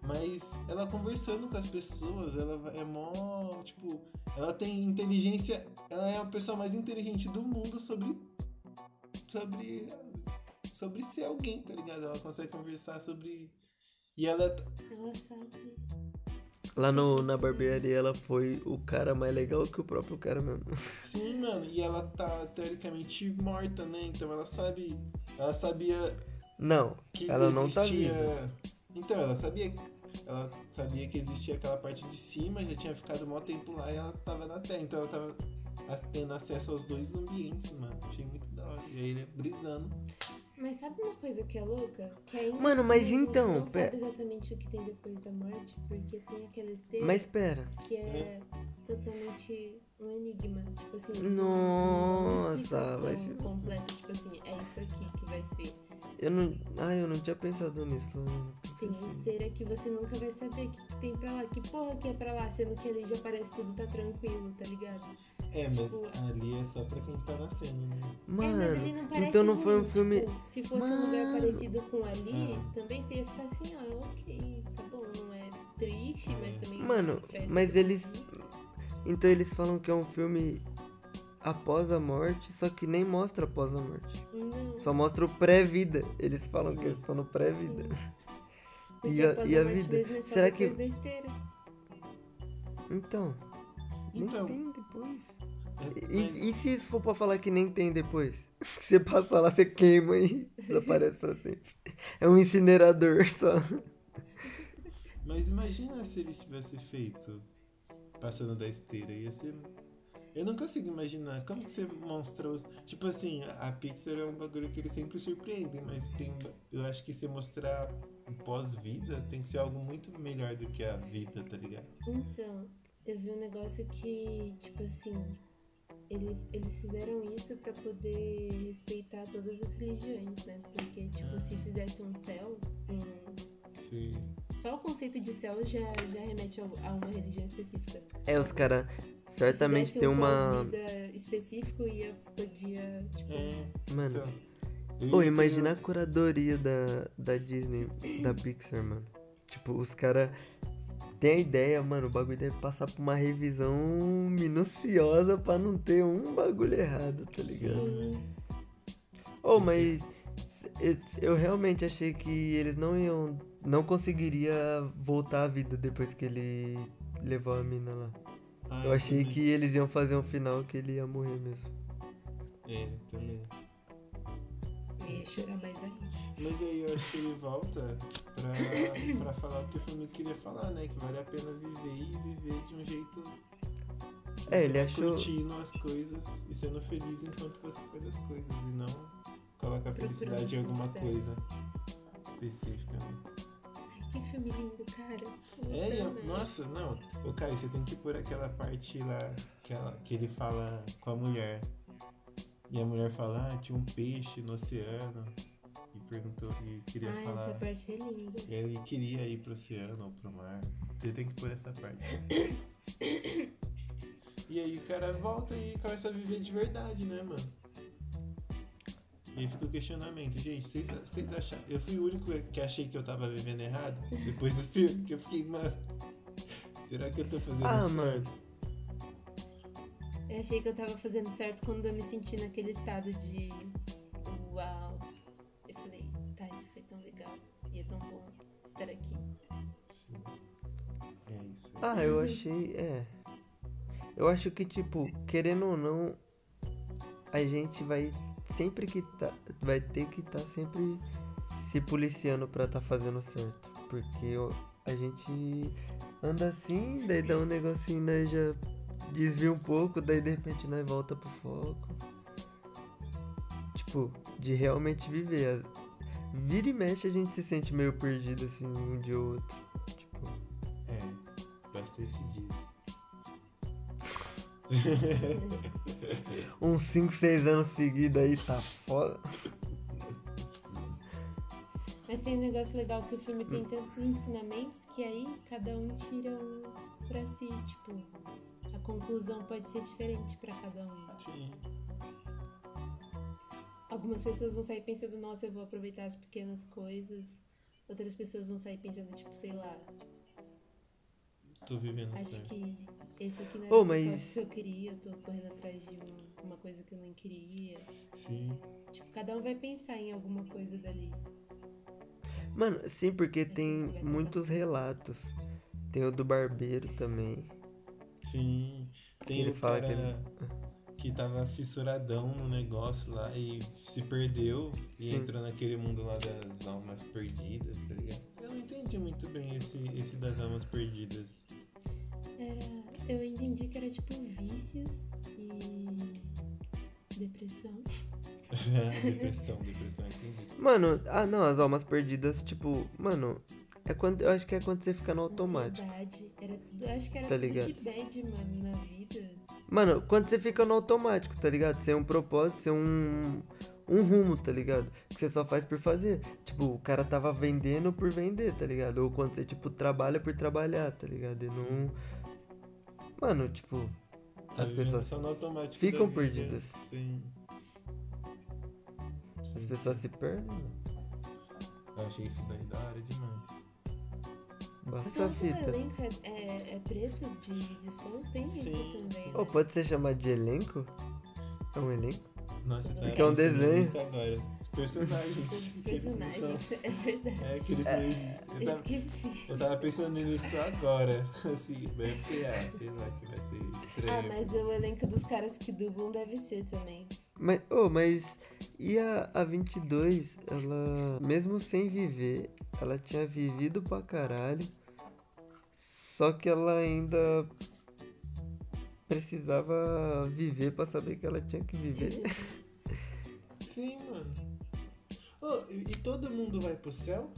Speaker 2: Mas ela conversando com as pessoas, ela va- é mó. Tipo, ela tem inteligência. Ela é a pessoa mais inteligente do mundo sobre. sobre. sobre ser alguém, tá ligado? Ela consegue conversar sobre. E ela
Speaker 3: Ela sabe.
Speaker 4: Lá no, na barbearia ela foi o cara mais legal que o próprio cara mesmo.
Speaker 2: Sim, mano, e ela tá teoricamente morta, né? Então ela sabe. Ela sabia
Speaker 4: Não,
Speaker 2: que
Speaker 4: ela não tá
Speaker 2: existia.
Speaker 4: viva.
Speaker 2: Então, ela sabia. Ela sabia que existia aquela parte de cima, já tinha ficado um maior tempo lá e ela tava na terra. Então ela tava as- tendo acesso aos dois ambientes, mano. Achei muito da hora. E aí ele é brisando.
Speaker 3: Mas sabe uma coisa que é louca? Que ainda
Speaker 4: Mano,
Speaker 3: assim
Speaker 4: mas
Speaker 3: a gente
Speaker 4: então,
Speaker 3: não
Speaker 4: pera-
Speaker 3: sabe exatamente o que tem depois da morte, porque tem aquele texto
Speaker 4: Mas pera.
Speaker 3: que é totalmente um enigma. Tipo assim, eles não dão
Speaker 4: Nossa,
Speaker 3: uma explicação
Speaker 4: vai se-
Speaker 3: completa. Tipo assim, é isso aqui que vai ser.
Speaker 4: Eu não. Ah, eu não tinha pensado nisso. Lorena.
Speaker 3: Tem a esteira que você nunca vai saber o que, que tem pra lá, que porra que é pra lá, sendo que ali já parece tudo tá tranquilo, tá ligado?
Speaker 2: É, mas
Speaker 3: Tipo-
Speaker 2: ali é só pra quem tá nascendo, né?
Speaker 3: é,
Speaker 4: Mano,
Speaker 3: mas ele não parece
Speaker 4: então não
Speaker 3: ruim,
Speaker 4: foi um filme.
Speaker 3: tipo, se fosse um lugar
Speaker 4: Mano. Ah.
Speaker 3: parecido com ali, também você ia ficar assim, ó, ok, tá bom, não é triste, mas também
Speaker 4: Mano,
Speaker 3: festa,
Speaker 4: mas
Speaker 3: tá
Speaker 4: eles-
Speaker 3: bonito.
Speaker 4: Então eles falam que é um filme após a morte, só que nem mostra após a morte.
Speaker 3: Não.
Speaker 4: Só mostra o pré-vida. Eles falam que eles estão no pré-vida.
Speaker 3: Porque
Speaker 4: E a-
Speaker 3: após
Speaker 4: e
Speaker 3: a
Speaker 4: a
Speaker 3: morte
Speaker 4: vida?
Speaker 3: mesmo é só
Speaker 4: Será que-
Speaker 3: depois da esteira.
Speaker 4: Então,
Speaker 2: Então,
Speaker 4: nem tem depois.
Speaker 2: é- mas-
Speaker 4: E, e se isso for pra falar que nem tem depois? Que você passa lá, você queima e desaparece pra sempre. É um incinerador só.
Speaker 2: Mas imagina se ele tivesse feito passando da esteira, ia ser. Eu não consigo imaginar como que você mostra os. Tipo assim, a a Pixar é um bagulho que eles sempre surpreendem, mas tem. Eu acho que se mostrar um pós-vida tem que ser algo muito melhor do que a vida, tá ligado?
Speaker 3: Então, eu vi um negócio que, tipo assim, ele, eles fizeram isso pra poder respeitar todas as religiões, né? Porque, tipo, se fizesse um céu, um-
Speaker 2: Sim.
Speaker 3: só o conceito de céu já, já remete ao- a uma religião específica.
Speaker 4: É, os caras certamente
Speaker 3: Se fizesse
Speaker 4: tem
Speaker 3: um
Speaker 4: uma.
Speaker 3: pós-vida específico ia podia, tipo,
Speaker 2: É,
Speaker 4: Mano,
Speaker 2: então. eu ia
Speaker 4: Pô,
Speaker 2: ter-
Speaker 4: imagina a curadoria da, da Disney, da Pixar, mano. Tipo, os caras têm a ideia, mano, o bagulho deve passar por uma revisão minuciosa pra não ter um bagulho errado, tá ligado?
Speaker 3: sim,
Speaker 4: Oh, mas eu- eu realmente achei que eles não iam, não conseguiria voltar à vida depois que ele levou a mina lá.
Speaker 2: Ah,
Speaker 4: Eu achei
Speaker 2: também.
Speaker 4: que eles iam fazer um final que ele ia morrer mesmo.
Speaker 2: É, também.
Speaker 3: eu ia chorar mais ainda.
Speaker 2: Mas aí eu acho que ele volta pra, pra falar o que o filme queria falar, né? Que vale a pena viver e viver de um jeito. que
Speaker 4: É,
Speaker 2: você
Speaker 4: ele
Speaker 2: vai
Speaker 4: achou-
Speaker 2: Curtindo as coisas e sendo feliz enquanto você faz as coisas e não coloca a felicidade em alguma coisa específica. né?
Speaker 3: Ai, que filme lindo, cara.
Speaker 2: É, e
Speaker 3: Puta
Speaker 2: eu-
Speaker 3: merda.
Speaker 2: nossa, não. Ô, Caio, você tem que pôr aquela parte lá que, ela- que ele fala com a mulher. E a mulher fala, ah, tinha um peixe no oceano. E perguntou que queria
Speaker 3: Ah,
Speaker 2: falar.
Speaker 3: essa parte é linda.
Speaker 2: E ele queria ir pro oceano ou pro mar. Você tem que pôr essa parte. né? e aí o cara volta e começa a viver de verdade, né, mano? E aí fica o questionamento, gente, vocês- vocês acharam. Eu fui o único que achei que eu tava vivendo errado depois do filme, que eu fiquei, mano. Será que eu tô fazendo
Speaker 4: Ah,
Speaker 2: certo?
Speaker 4: mano.
Speaker 3: Eu achei que eu tava fazendo certo quando eu me senti naquele estado de uau. Eu falei, tá, isso foi tão legal e é tão bom estar aqui.
Speaker 2: É isso.
Speaker 4: Ah, eu achei. É. Eu acho que, tipo, querendo ou não, a gente vai sempre que tá. Vai ter que estar sempre se policiando pra tá fazendo certo. Porque eu- a gente anda assim, daí dá um negocinho, daí já desvia um pouco, daí de repente nós volta pro foco. Tipo, de realmente viver. Vira e mexe a gente se sente meio perdido assim, um de outro. Tipo.
Speaker 2: É, bastante disso.
Speaker 4: uns 5, 6 anos seguidos aí, tá foda.
Speaker 3: Mas tem um negócio legal que o filme tem tantos ensinamentos que aí cada um tira um pra si, tipo, a conclusão pode ser diferente pra cada um.
Speaker 2: Sim.
Speaker 3: Algumas pessoas vão sair pensando, nossa, eu vou aproveitar as pequenas coisas. Outras pessoas vão sair pensando, tipo, sei lá,
Speaker 2: Tô vivendo
Speaker 3: acho
Speaker 2: certo.
Speaker 3: que esse aqui não era
Speaker 4: Ô,
Speaker 3: o
Speaker 4: mas-
Speaker 3: propósito que eu queria, eu tô correndo atrás de um- uma coisa que eu nem queria.
Speaker 2: Sim.
Speaker 3: Tipo, cada um vai pensar em alguma coisa dali.
Speaker 4: Mano, sim, porque tem muitos relatos. Tem o do barbeiro também.
Speaker 2: Sim, tem
Speaker 4: Ele
Speaker 2: o
Speaker 4: fala que
Speaker 2: cara que tava fissuradão no negócio lá e se perdeu e
Speaker 4: Sim.
Speaker 2: entrou naquele mundo lá das almas perdidas, tá ligado? Eu não entendi muito bem esse, esse das almas perdidas.
Speaker 3: Era. Eu entendi que era tipo vícios e. depressão.
Speaker 2: Ah, depressão, depressão, entendi.
Speaker 4: Mano, ah não, as almas perdidas, tipo, mano, é quando. Eu acho que é quando você fica no automático.
Speaker 3: Ansiedade. Era tudo. eu Acho que era
Speaker 4: Tá
Speaker 3: tudo
Speaker 4: ligado.
Speaker 3: de bad, mano, na vida.
Speaker 4: Mano, quando você fica no automático, tá ligado? Sem um propósito, sem um. um rumo, tá ligado? Que você só faz por fazer. Tipo, o cara tava vendendo por vender, tá ligado? Ou quando você, tipo, trabalha por trabalhar, tá ligado? E não. Mano, tipo.
Speaker 2: Tá
Speaker 4: As
Speaker 2: vivendo
Speaker 4: pessoas
Speaker 2: só no automático
Speaker 4: ficam
Speaker 2: da vida.
Speaker 4: perdidas.
Speaker 2: Sim.
Speaker 4: As
Speaker 2: Sim,
Speaker 4: pessoas
Speaker 2: sim.
Speaker 4: se perdem.
Speaker 2: Eu achei isso daí da hora demais.
Speaker 4: Basta a
Speaker 3: Todo
Speaker 4: fita.
Speaker 3: elenco é, é- é preto de, de som, tem isso
Speaker 2: Sim,
Speaker 3: também.
Speaker 2: sim.
Speaker 4: Ou
Speaker 3: né?
Speaker 4: pode ser chamado de elenco? É um elenco?
Speaker 2: Nossa, tá
Speaker 3: Porque é um
Speaker 2: pensando
Speaker 4: desenho.
Speaker 2: nisso agora. Os personagens.
Speaker 3: Todos os
Speaker 2: que eles não são-
Speaker 3: personagens, é verdade.
Speaker 2: É que tá eles não existem. Eu
Speaker 3: Eu
Speaker 2: tava-
Speaker 3: esqueci.
Speaker 2: Eu tava pensando nisso agora, assim, mas eu fiquei, ah, sei lá que vai ser
Speaker 3: Ah,
Speaker 2: estranho.
Speaker 3: mas o elenco dos caras que dublam deve ser também.
Speaker 4: Mas, oh, mas e a, a 22, ela, mesmo sem viver, ela tinha vivido pra caralho, só que ela ainda precisava viver pra saber que ela tinha que viver.
Speaker 2: Sim, mano. Ô, e, e todo mundo vai pro céu?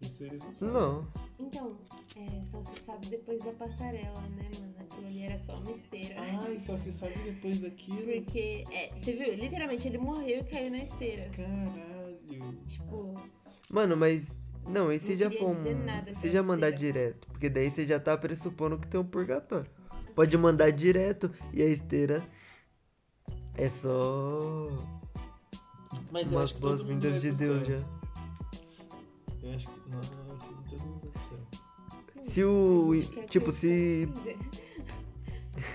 Speaker 2: Isso eles não falam.
Speaker 4: Não,
Speaker 3: Então, é, só se sabe depois da passarela, né, mano? Aquilo ali era só uma esteira.
Speaker 4: Ah.
Speaker 2: Ai, só se sabe depois daquilo.
Speaker 3: Porque, é, você viu? Literalmente ele morreu e caiu na esteira.
Speaker 2: Caralho.
Speaker 3: Tipo,
Speaker 4: mano, mas não, e se
Speaker 3: Não
Speaker 4: já
Speaker 3: queria
Speaker 4: for
Speaker 3: dizer
Speaker 4: um-
Speaker 3: nada
Speaker 4: se
Speaker 3: pra
Speaker 4: já mandar
Speaker 3: besteira.
Speaker 4: direto, porque daí você já tá pressupondo que tem um purgatório. Pode mandar direto e a esteira é só
Speaker 2: Mas eu
Speaker 4: umas
Speaker 2: acho que todo mundo vai
Speaker 4: boas-vindas de
Speaker 2: pro
Speaker 4: Deus
Speaker 2: céu.
Speaker 4: já.
Speaker 2: Eu acho que, não, eu acho que todo mundo vai pro céu.
Speaker 4: Se
Speaker 3: a
Speaker 4: o.
Speaker 3: gente quer
Speaker 4: Tipo, se.
Speaker 3: acreditar assim, né?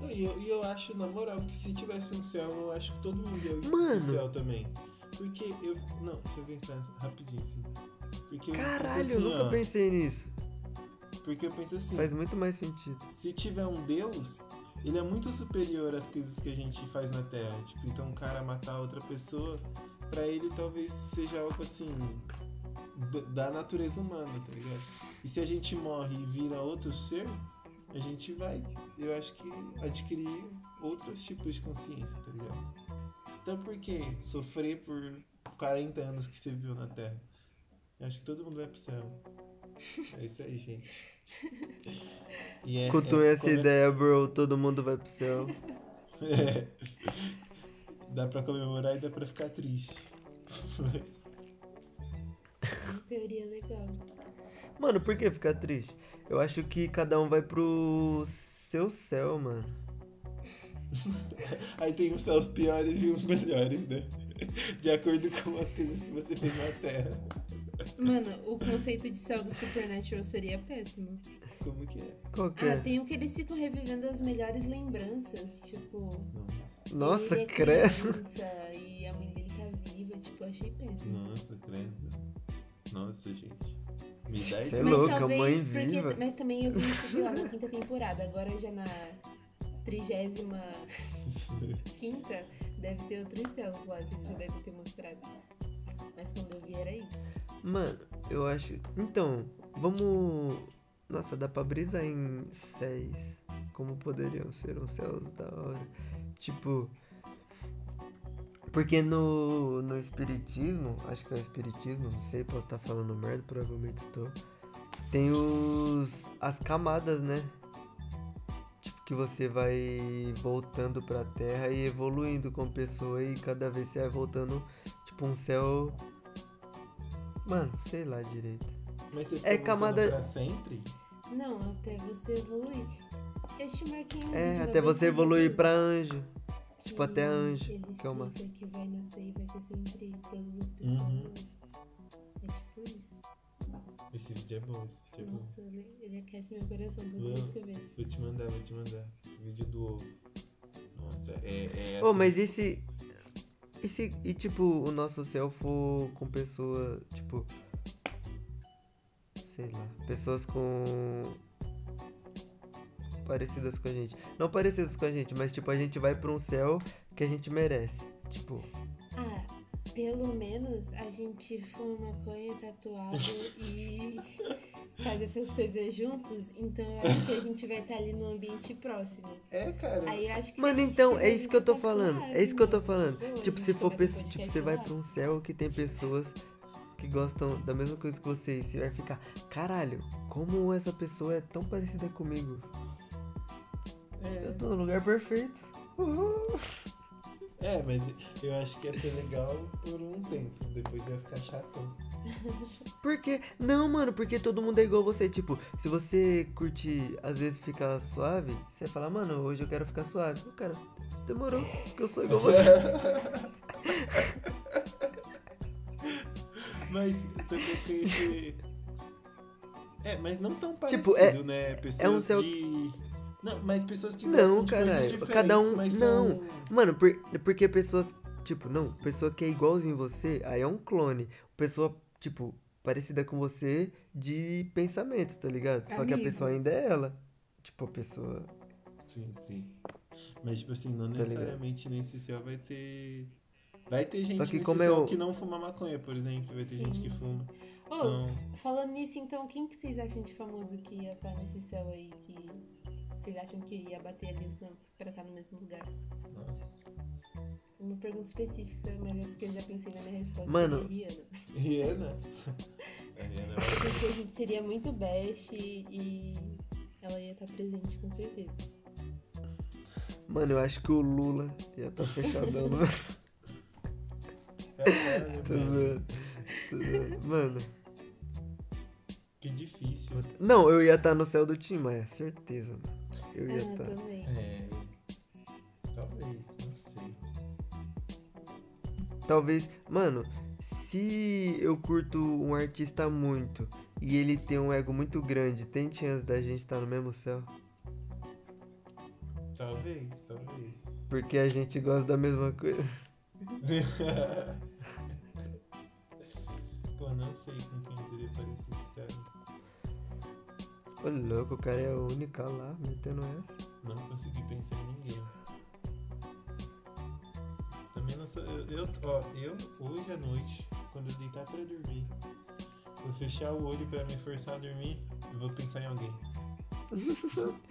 Speaker 2: Não, E eu, e eu acho, na moral, que se tivesse um céu, eu acho que todo mundo ia ir
Speaker 4: Mano.
Speaker 2: pro céu também. Porque eu. Não, se eu entrar rapidinho, assim. Porque eu penso
Speaker 4: Caralho, eu
Speaker 2: assim,
Speaker 4: nunca
Speaker 2: ó,
Speaker 4: pensei nisso.
Speaker 2: Porque eu penso assim,
Speaker 4: Faz muito mais sentido.
Speaker 2: se tiver um Deus, ele é muito superior às coisas que a gente faz na Terra. Tipo, então um cara matar outra pessoa, pra ele talvez seja algo assim. d- Da natureza humana, tá ligado? E se a gente morre e vira outro ser, a gente vai, eu acho que, adquirir outros tipos de consciência, tá ligado? Então por que sofrer por 40 anos que você viu na Terra? Eu acho que todo mundo vai pro céu. É isso aí, gente. E é-
Speaker 4: Cutuem
Speaker 2: é-
Speaker 4: essa
Speaker 2: come-
Speaker 4: ideia, bro. Todo mundo vai pro céu.
Speaker 2: é. Dá pra comemorar e dá pra ficar triste. Mas,
Speaker 3: Uma teoria legal.
Speaker 4: Mano, por que ficar triste? Eu acho que cada um vai pro seu céu, mano.
Speaker 2: aí tem uns céus piores e uns melhores, né? De acordo com as coisas que você fez na Terra.
Speaker 3: Mano, o conceito de céu do Supernatural seria péssimo.
Speaker 2: Como que é?
Speaker 4: Qual que
Speaker 3: Ah,
Speaker 4: é?
Speaker 3: tem um que eles ficam revivendo as melhores lembranças, tipo.
Speaker 2: Nossa,
Speaker 4: Nossa,
Speaker 3: ele é
Speaker 4: credo.
Speaker 3: criança E a mãe dele tá viva, tipo, eu achei péssimo.
Speaker 2: nossa, credo. Nossa, gente. Me dá
Speaker 4: É
Speaker 2: isso.
Speaker 3: mas
Speaker 4: louco, a
Speaker 3: talvez,
Speaker 4: mãe
Speaker 3: porque.
Speaker 4: viva.
Speaker 3: Mas também eu vi isso, sei lá, na quinta temporada. Agora já na trigésima quinta, deve ter outros céus lá, que eles já devem ter mostrado. Mas quando eu vi era isso.
Speaker 4: Mano, eu acho. Então, vamos. Nossa, dá pra brisar em céus. Como poderiam ser uns céus da hora. Tipo. Porque no, no Espiritismo, acho que é o Espiritismo, não sei, posso estar falando merda, provavelmente estou. Tem os. as camadas, né? Tipo, que você vai voltando pra terra e evoluindo como pessoa e cada vez você vai voltando, tipo, um céu. Mano, sei lá direito.
Speaker 2: Mas você fica
Speaker 4: É
Speaker 2: voltando
Speaker 4: camada-
Speaker 2: pra sempre?
Speaker 3: Não, até você evoluir. Eu te marquei um vídeo
Speaker 4: É,
Speaker 3: uma
Speaker 4: até
Speaker 3: vez que
Speaker 4: você
Speaker 3: eu
Speaker 4: evoluir
Speaker 3: vi
Speaker 4: pra anjo.
Speaker 3: que
Speaker 4: tipo, até anjo,
Speaker 3: Ele
Speaker 4: que é uma-
Speaker 3: explica que vai nascer e vai ser sempre todas as pessoas.
Speaker 2: Uhum.
Speaker 3: É tipo isso.
Speaker 2: Esse vídeo é bom, esse vídeo é bom.
Speaker 3: Nossa, ele ele aquece meu coração toda vez que eu vejo.
Speaker 2: Vou te mandar, vou te mandar. Vídeo do ovo. Nossa, é. é
Speaker 4: Ô,
Speaker 2: assim-
Speaker 4: mas e se. E se. E tipo, o nosso céu for com pessoa. Tipo. Sei lá. Pessoas com. Parecidas com a gente. Não parecidas com a gente, mas tipo, a gente vai pra um céu que a gente merece. Tipo,
Speaker 3: Ah, pelo menos a gente fuma maconha, tatuado e faz essas coisas juntos. Então eu acho que a gente vai estar ali no ambiente próximo.
Speaker 2: É, cara.
Speaker 3: Aí eu acho que se a
Speaker 4: Mano,
Speaker 3: gente
Speaker 4: então,
Speaker 3: tiver
Speaker 4: é isso que eu tô
Speaker 3: junto, tá
Speaker 4: falando.
Speaker 3: suave,
Speaker 4: É isso que eu tô
Speaker 3: mano.
Speaker 4: falando.
Speaker 3: De boa, a
Speaker 4: Tipo,
Speaker 3: gente
Speaker 4: se for
Speaker 3: começa o
Speaker 4: pessoa.
Speaker 3: podcast
Speaker 4: Tipo, você vai
Speaker 3: lá.
Speaker 4: pra um céu que tem pessoas que gostam da mesma coisa que você. E você vai ficar, caralho, como essa pessoa é tão parecida comigo? Eu tô no lugar perfeito. Uhul.
Speaker 2: É, mas eu acho que ia ser legal por um tempo. Depois ia ficar chatão.
Speaker 4: Por quê? Não, mano, porque todo mundo é igual você. Tipo, se você curte, às vezes, ficar suave, você fala, mano, hoje eu quero ficar suave. O cara, demorou, porque eu sou igual você.
Speaker 2: Mas também tem esse. É, mas não tão parecido,
Speaker 4: Tipo, é-
Speaker 2: né? Pessoas
Speaker 4: é um céu-
Speaker 2: de. Não, mas pessoas que
Speaker 4: Não,
Speaker 2: gostam de coisas
Speaker 4: caralho.
Speaker 2: diferentes,
Speaker 4: Cada um.
Speaker 2: mas
Speaker 4: Não.
Speaker 2: são-
Speaker 4: Mano, por- porque pessoas. Tipo, não. Pessoa que é igualzinho você, aí é um clone. Pessoa, tipo, parecida com você de pensamentos, tá ligado? Só que a pessoa
Speaker 3: Amigos.
Speaker 4: ainda é ela. Tipo, a pessoa.
Speaker 2: Sim, sim. Mas, tipo assim, não
Speaker 4: Tá
Speaker 2: necessariamente nesse céu vai ter. Vai ter gente
Speaker 4: que
Speaker 2: nesse
Speaker 4: como
Speaker 2: céu
Speaker 4: eu-
Speaker 2: que não fuma maconha, por exemplo. Vai ter
Speaker 3: Sim,
Speaker 2: gente que
Speaker 3: sim.
Speaker 2: fuma.
Speaker 3: Ô,
Speaker 2: São-
Speaker 3: Falando nisso, então, quem que vocês acham de famoso que ia estar nesse céu aí? Que vocês acham que ia bater ali o santo pra estar no mesmo lugar?
Speaker 2: Nossa.
Speaker 3: Uma pergunta específica, mas é porque eu já pensei na minha resposta.
Speaker 4: Mano.
Speaker 3: Seria a Rihanna.
Speaker 2: Rihanna? A Rihanna
Speaker 3: Eu achei que a gente seria muito best e ela ia estar presente, com certeza.
Speaker 4: Mano, eu acho que o Lula ia tá fechadão, né?
Speaker 2: Caralho,
Speaker 4: Tô
Speaker 2: mano.
Speaker 4: zoando. Tô zoando. Mano.
Speaker 2: Que difícil.
Speaker 4: Não, eu ia estar no céu do Tim Maia, certeza, mano. Eu ia tá.
Speaker 3: Ah,
Speaker 4: estar.
Speaker 3: também.
Speaker 2: É. Talvez, não sei.
Speaker 4: Talvez, mano, se eu curto um artista muito e ele tem um ego muito grande, tem chance da gente estar no mesmo céu?
Speaker 2: Talvez, talvez.
Speaker 4: Porque a gente gosta da mesma coisa.
Speaker 2: Pô, não sei com quem seria parecido, cara.
Speaker 4: Ô louco, o cara é a única lá, metendo essa.
Speaker 2: Não consegui pensar em ninguém. Também não sou. Eu, eu- ó, eu hoje à noite, quando eu deitar pra dormir, vou fechar o olho pra me forçar a dormir e vou pensar em alguém.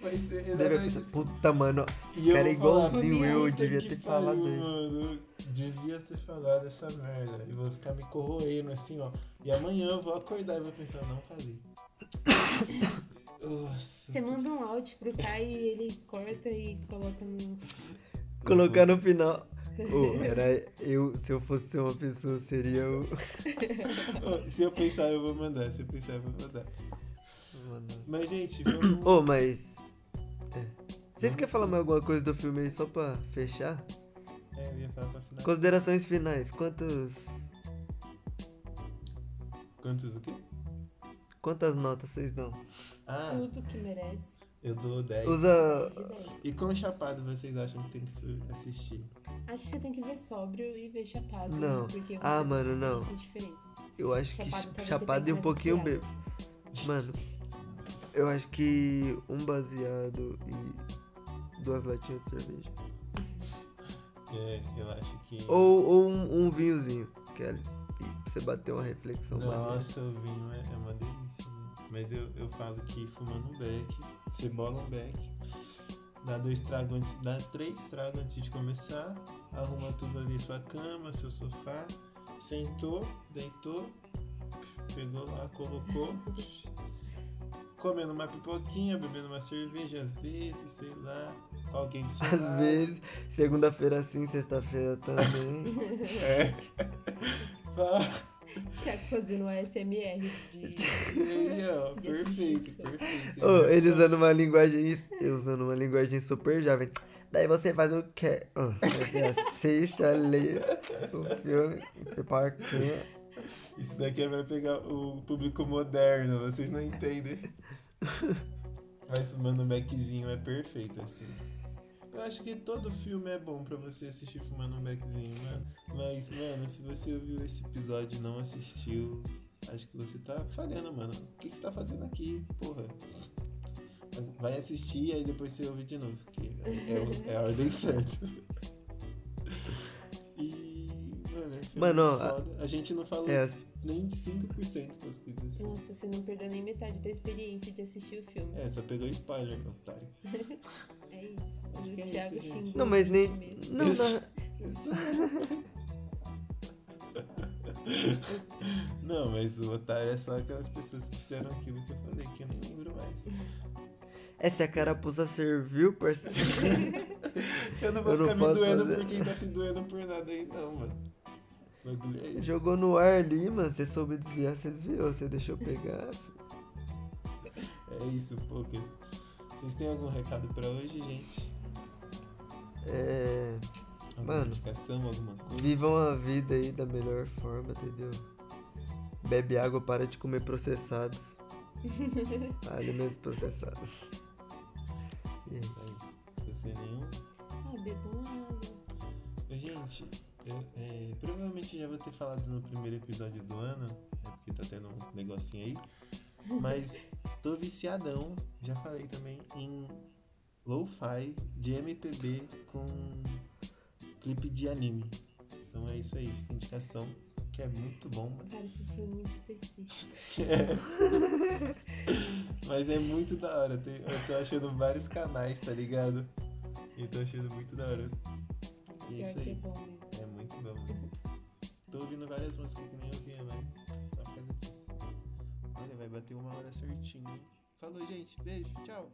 Speaker 2: Vai ser
Speaker 4: Deve
Speaker 2: exatamente
Speaker 4: pensar,
Speaker 2: assim.
Speaker 4: Puta, mano,
Speaker 2: E eu
Speaker 4: cara é
Speaker 2: vou falar,
Speaker 4: igualzinho
Speaker 3: "Puta
Speaker 4: eu,
Speaker 2: Puta
Speaker 4: devia
Speaker 2: que
Speaker 4: ter
Speaker 2: pariu,
Speaker 4: falado isso.
Speaker 2: mano. Devia ter falado essa merda. E vou ficar me corroendo assim, ó. E amanhã eu vou acordar e vou pensar, não falei. Nossa.
Speaker 3: Você manda um áudio pro Caio e ele corta e coloca no.
Speaker 4: Colocar no final. Ô, era eu, se eu fosse ser uma pessoa, eu seria o.
Speaker 2: Ô, Se eu pensar, eu vou mandar. Se eu pensar, eu vou mandar.
Speaker 4: Mano.
Speaker 2: Mas, gente, vamos.
Speaker 4: Ô, mas. É. Vocês querem falar mais alguma coisa do filme aí só pra fechar?
Speaker 2: É, eu ia falar pra final.
Speaker 4: Considerações finais. Quantos.
Speaker 2: Quantos o quê?
Speaker 4: Quantas notas vocês dão?
Speaker 2: Ah,
Speaker 3: Tudo que merece.
Speaker 2: eu dou 10.
Speaker 4: Usa.
Speaker 3: De 10.
Speaker 2: E quão chapado vocês acham que tem que assistir?
Speaker 3: Acho que você tem que ver sóbrio e ver chapado.
Speaker 4: Não.
Speaker 3: Né? Porque você
Speaker 4: Ah,
Speaker 3: tem
Speaker 4: mano, não.
Speaker 3: experiências diferentes.
Speaker 4: Eu acho que
Speaker 3: Chapado,
Speaker 4: ch-
Speaker 3: talvez
Speaker 4: chapado
Speaker 3: você
Speaker 4: e um
Speaker 3: pegue mais as
Speaker 4: pouquinho bêbado.
Speaker 3: piadas.
Speaker 4: Mano, eu acho que um baseado e duas latinhas de cerveja.
Speaker 2: É, eu acho que.
Speaker 4: Ou, ou um, um vinhozinho, que é, e você bater uma reflexão. maneira.
Speaker 2: Nossa, o vinho é, é uma delícia, né? Mas eu, eu falo que fumando um beck, cebola um beck, dá dois tragos antes, dá três tragos antes de começar, arruma tudo ali, sua cama, seu sofá, sentou, deitou, pegou lá, colocou, comendo uma pipoquinha, bebendo uma cerveja às vezes, sei lá, com alguém de seu
Speaker 4: Às
Speaker 2: lado.
Speaker 4: vezes, segunda-feira sim, sexta-feira também.
Speaker 2: É. Fala.
Speaker 3: Tiago fazendo um ASMR de.
Speaker 2: E aí, ó,
Speaker 3: De assistir
Speaker 2: perfeito,
Speaker 3: isso.
Speaker 2: perfeito.
Speaker 4: Ô, ele usando uma linguagem. Eu usando uma linguagem super jovem. Daí você faz o quê? Ah, Você assiste ali o filme, pipoquinha.
Speaker 2: Isso daqui é pra pegar o público moderno, vocês não entendem. Mas, mano, o Beckzinho é perfeito, assim. Eu acho que todo filme é bom pra você assistir fumando um Beckzinho, mano. Mas, mano, se você ouviu esse episódio e não assistiu, acho que você tá falhando, mano. O que que você tá fazendo aqui, porra? Vai assistir e aí depois você ouve de novo, que é, é a ordem certa. E, mano, é filme
Speaker 4: Mano,
Speaker 2: muito
Speaker 4: a-
Speaker 2: foda. A gente não falou
Speaker 4: É, assim,
Speaker 2: nem de 5% das coisas.
Speaker 3: Nossa, você não perdeu nem metade da experiência de assistir o filme.
Speaker 2: É, só pegou spoiler, otário.
Speaker 3: É isso.
Speaker 2: Acho que é
Speaker 3: o Thiago
Speaker 2: isso, gente.
Speaker 3: xingou
Speaker 4: não, mas
Speaker 3: a
Speaker 4: nem.
Speaker 3: gente mesmo.
Speaker 4: Não, não,
Speaker 2: Isso. Eu sou- Não, mas o otário é só aquelas pessoas que fizeram aquilo que eu falei, que eu nem lembro mais.
Speaker 4: Essa carapuça serviu, parceiro.
Speaker 2: Eu não vou
Speaker 4: Eu não
Speaker 2: ficar me
Speaker 4: posso
Speaker 2: doendo
Speaker 4: fazer.
Speaker 2: por quem tá se doendo por nada aí, não, mano. O bagulho é isso.
Speaker 4: Jogou no ar ali, mano. Você soube desviar, você desviou. Você deixou pegar. filho.
Speaker 2: É isso, poucas. Vocês têm algum recado pra hoje, gente?
Speaker 4: É.
Speaker 2: Alguma
Speaker 4: Mano.
Speaker 2: indicação, alguma coisa?
Speaker 4: Vivam a vida aí da melhor forma, entendeu? Bebe água, para de comer processados. Alimentos processados. E-
Speaker 2: Isso aí. Você nenhum?
Speaker 3: Ah, bebam água.
Speaker 2: Gente, eu, é, provavelmente já vou ter falado no primeiro episódio do ano, é porque tá tendo um negocinho aí. Mas tô viciadão, já falei também, em lo-fi de MPB com clipe de anime. Então é isso aí, fica a indicação, que é muito bom, mano.
Speaker 3: Cara, isso foi muito específico.
Speaker 2: Mas é muito da hora. tem- eu tô achando vários canais, tá ligado? E tô achando muito da hora. E é
Speaker 3: Pior
Speaker 2: isso
Speaker 3: que é
Speaker 2: aí.
Speaker 3: bom mesmo.
Speaker 2: É muito bom. Tô ouvindo várias músicas que nem eu ouvia, mas só por causa disso. Olha, vai bater uma hora certinho, hein? Falou, gente. Beijo. Tchau.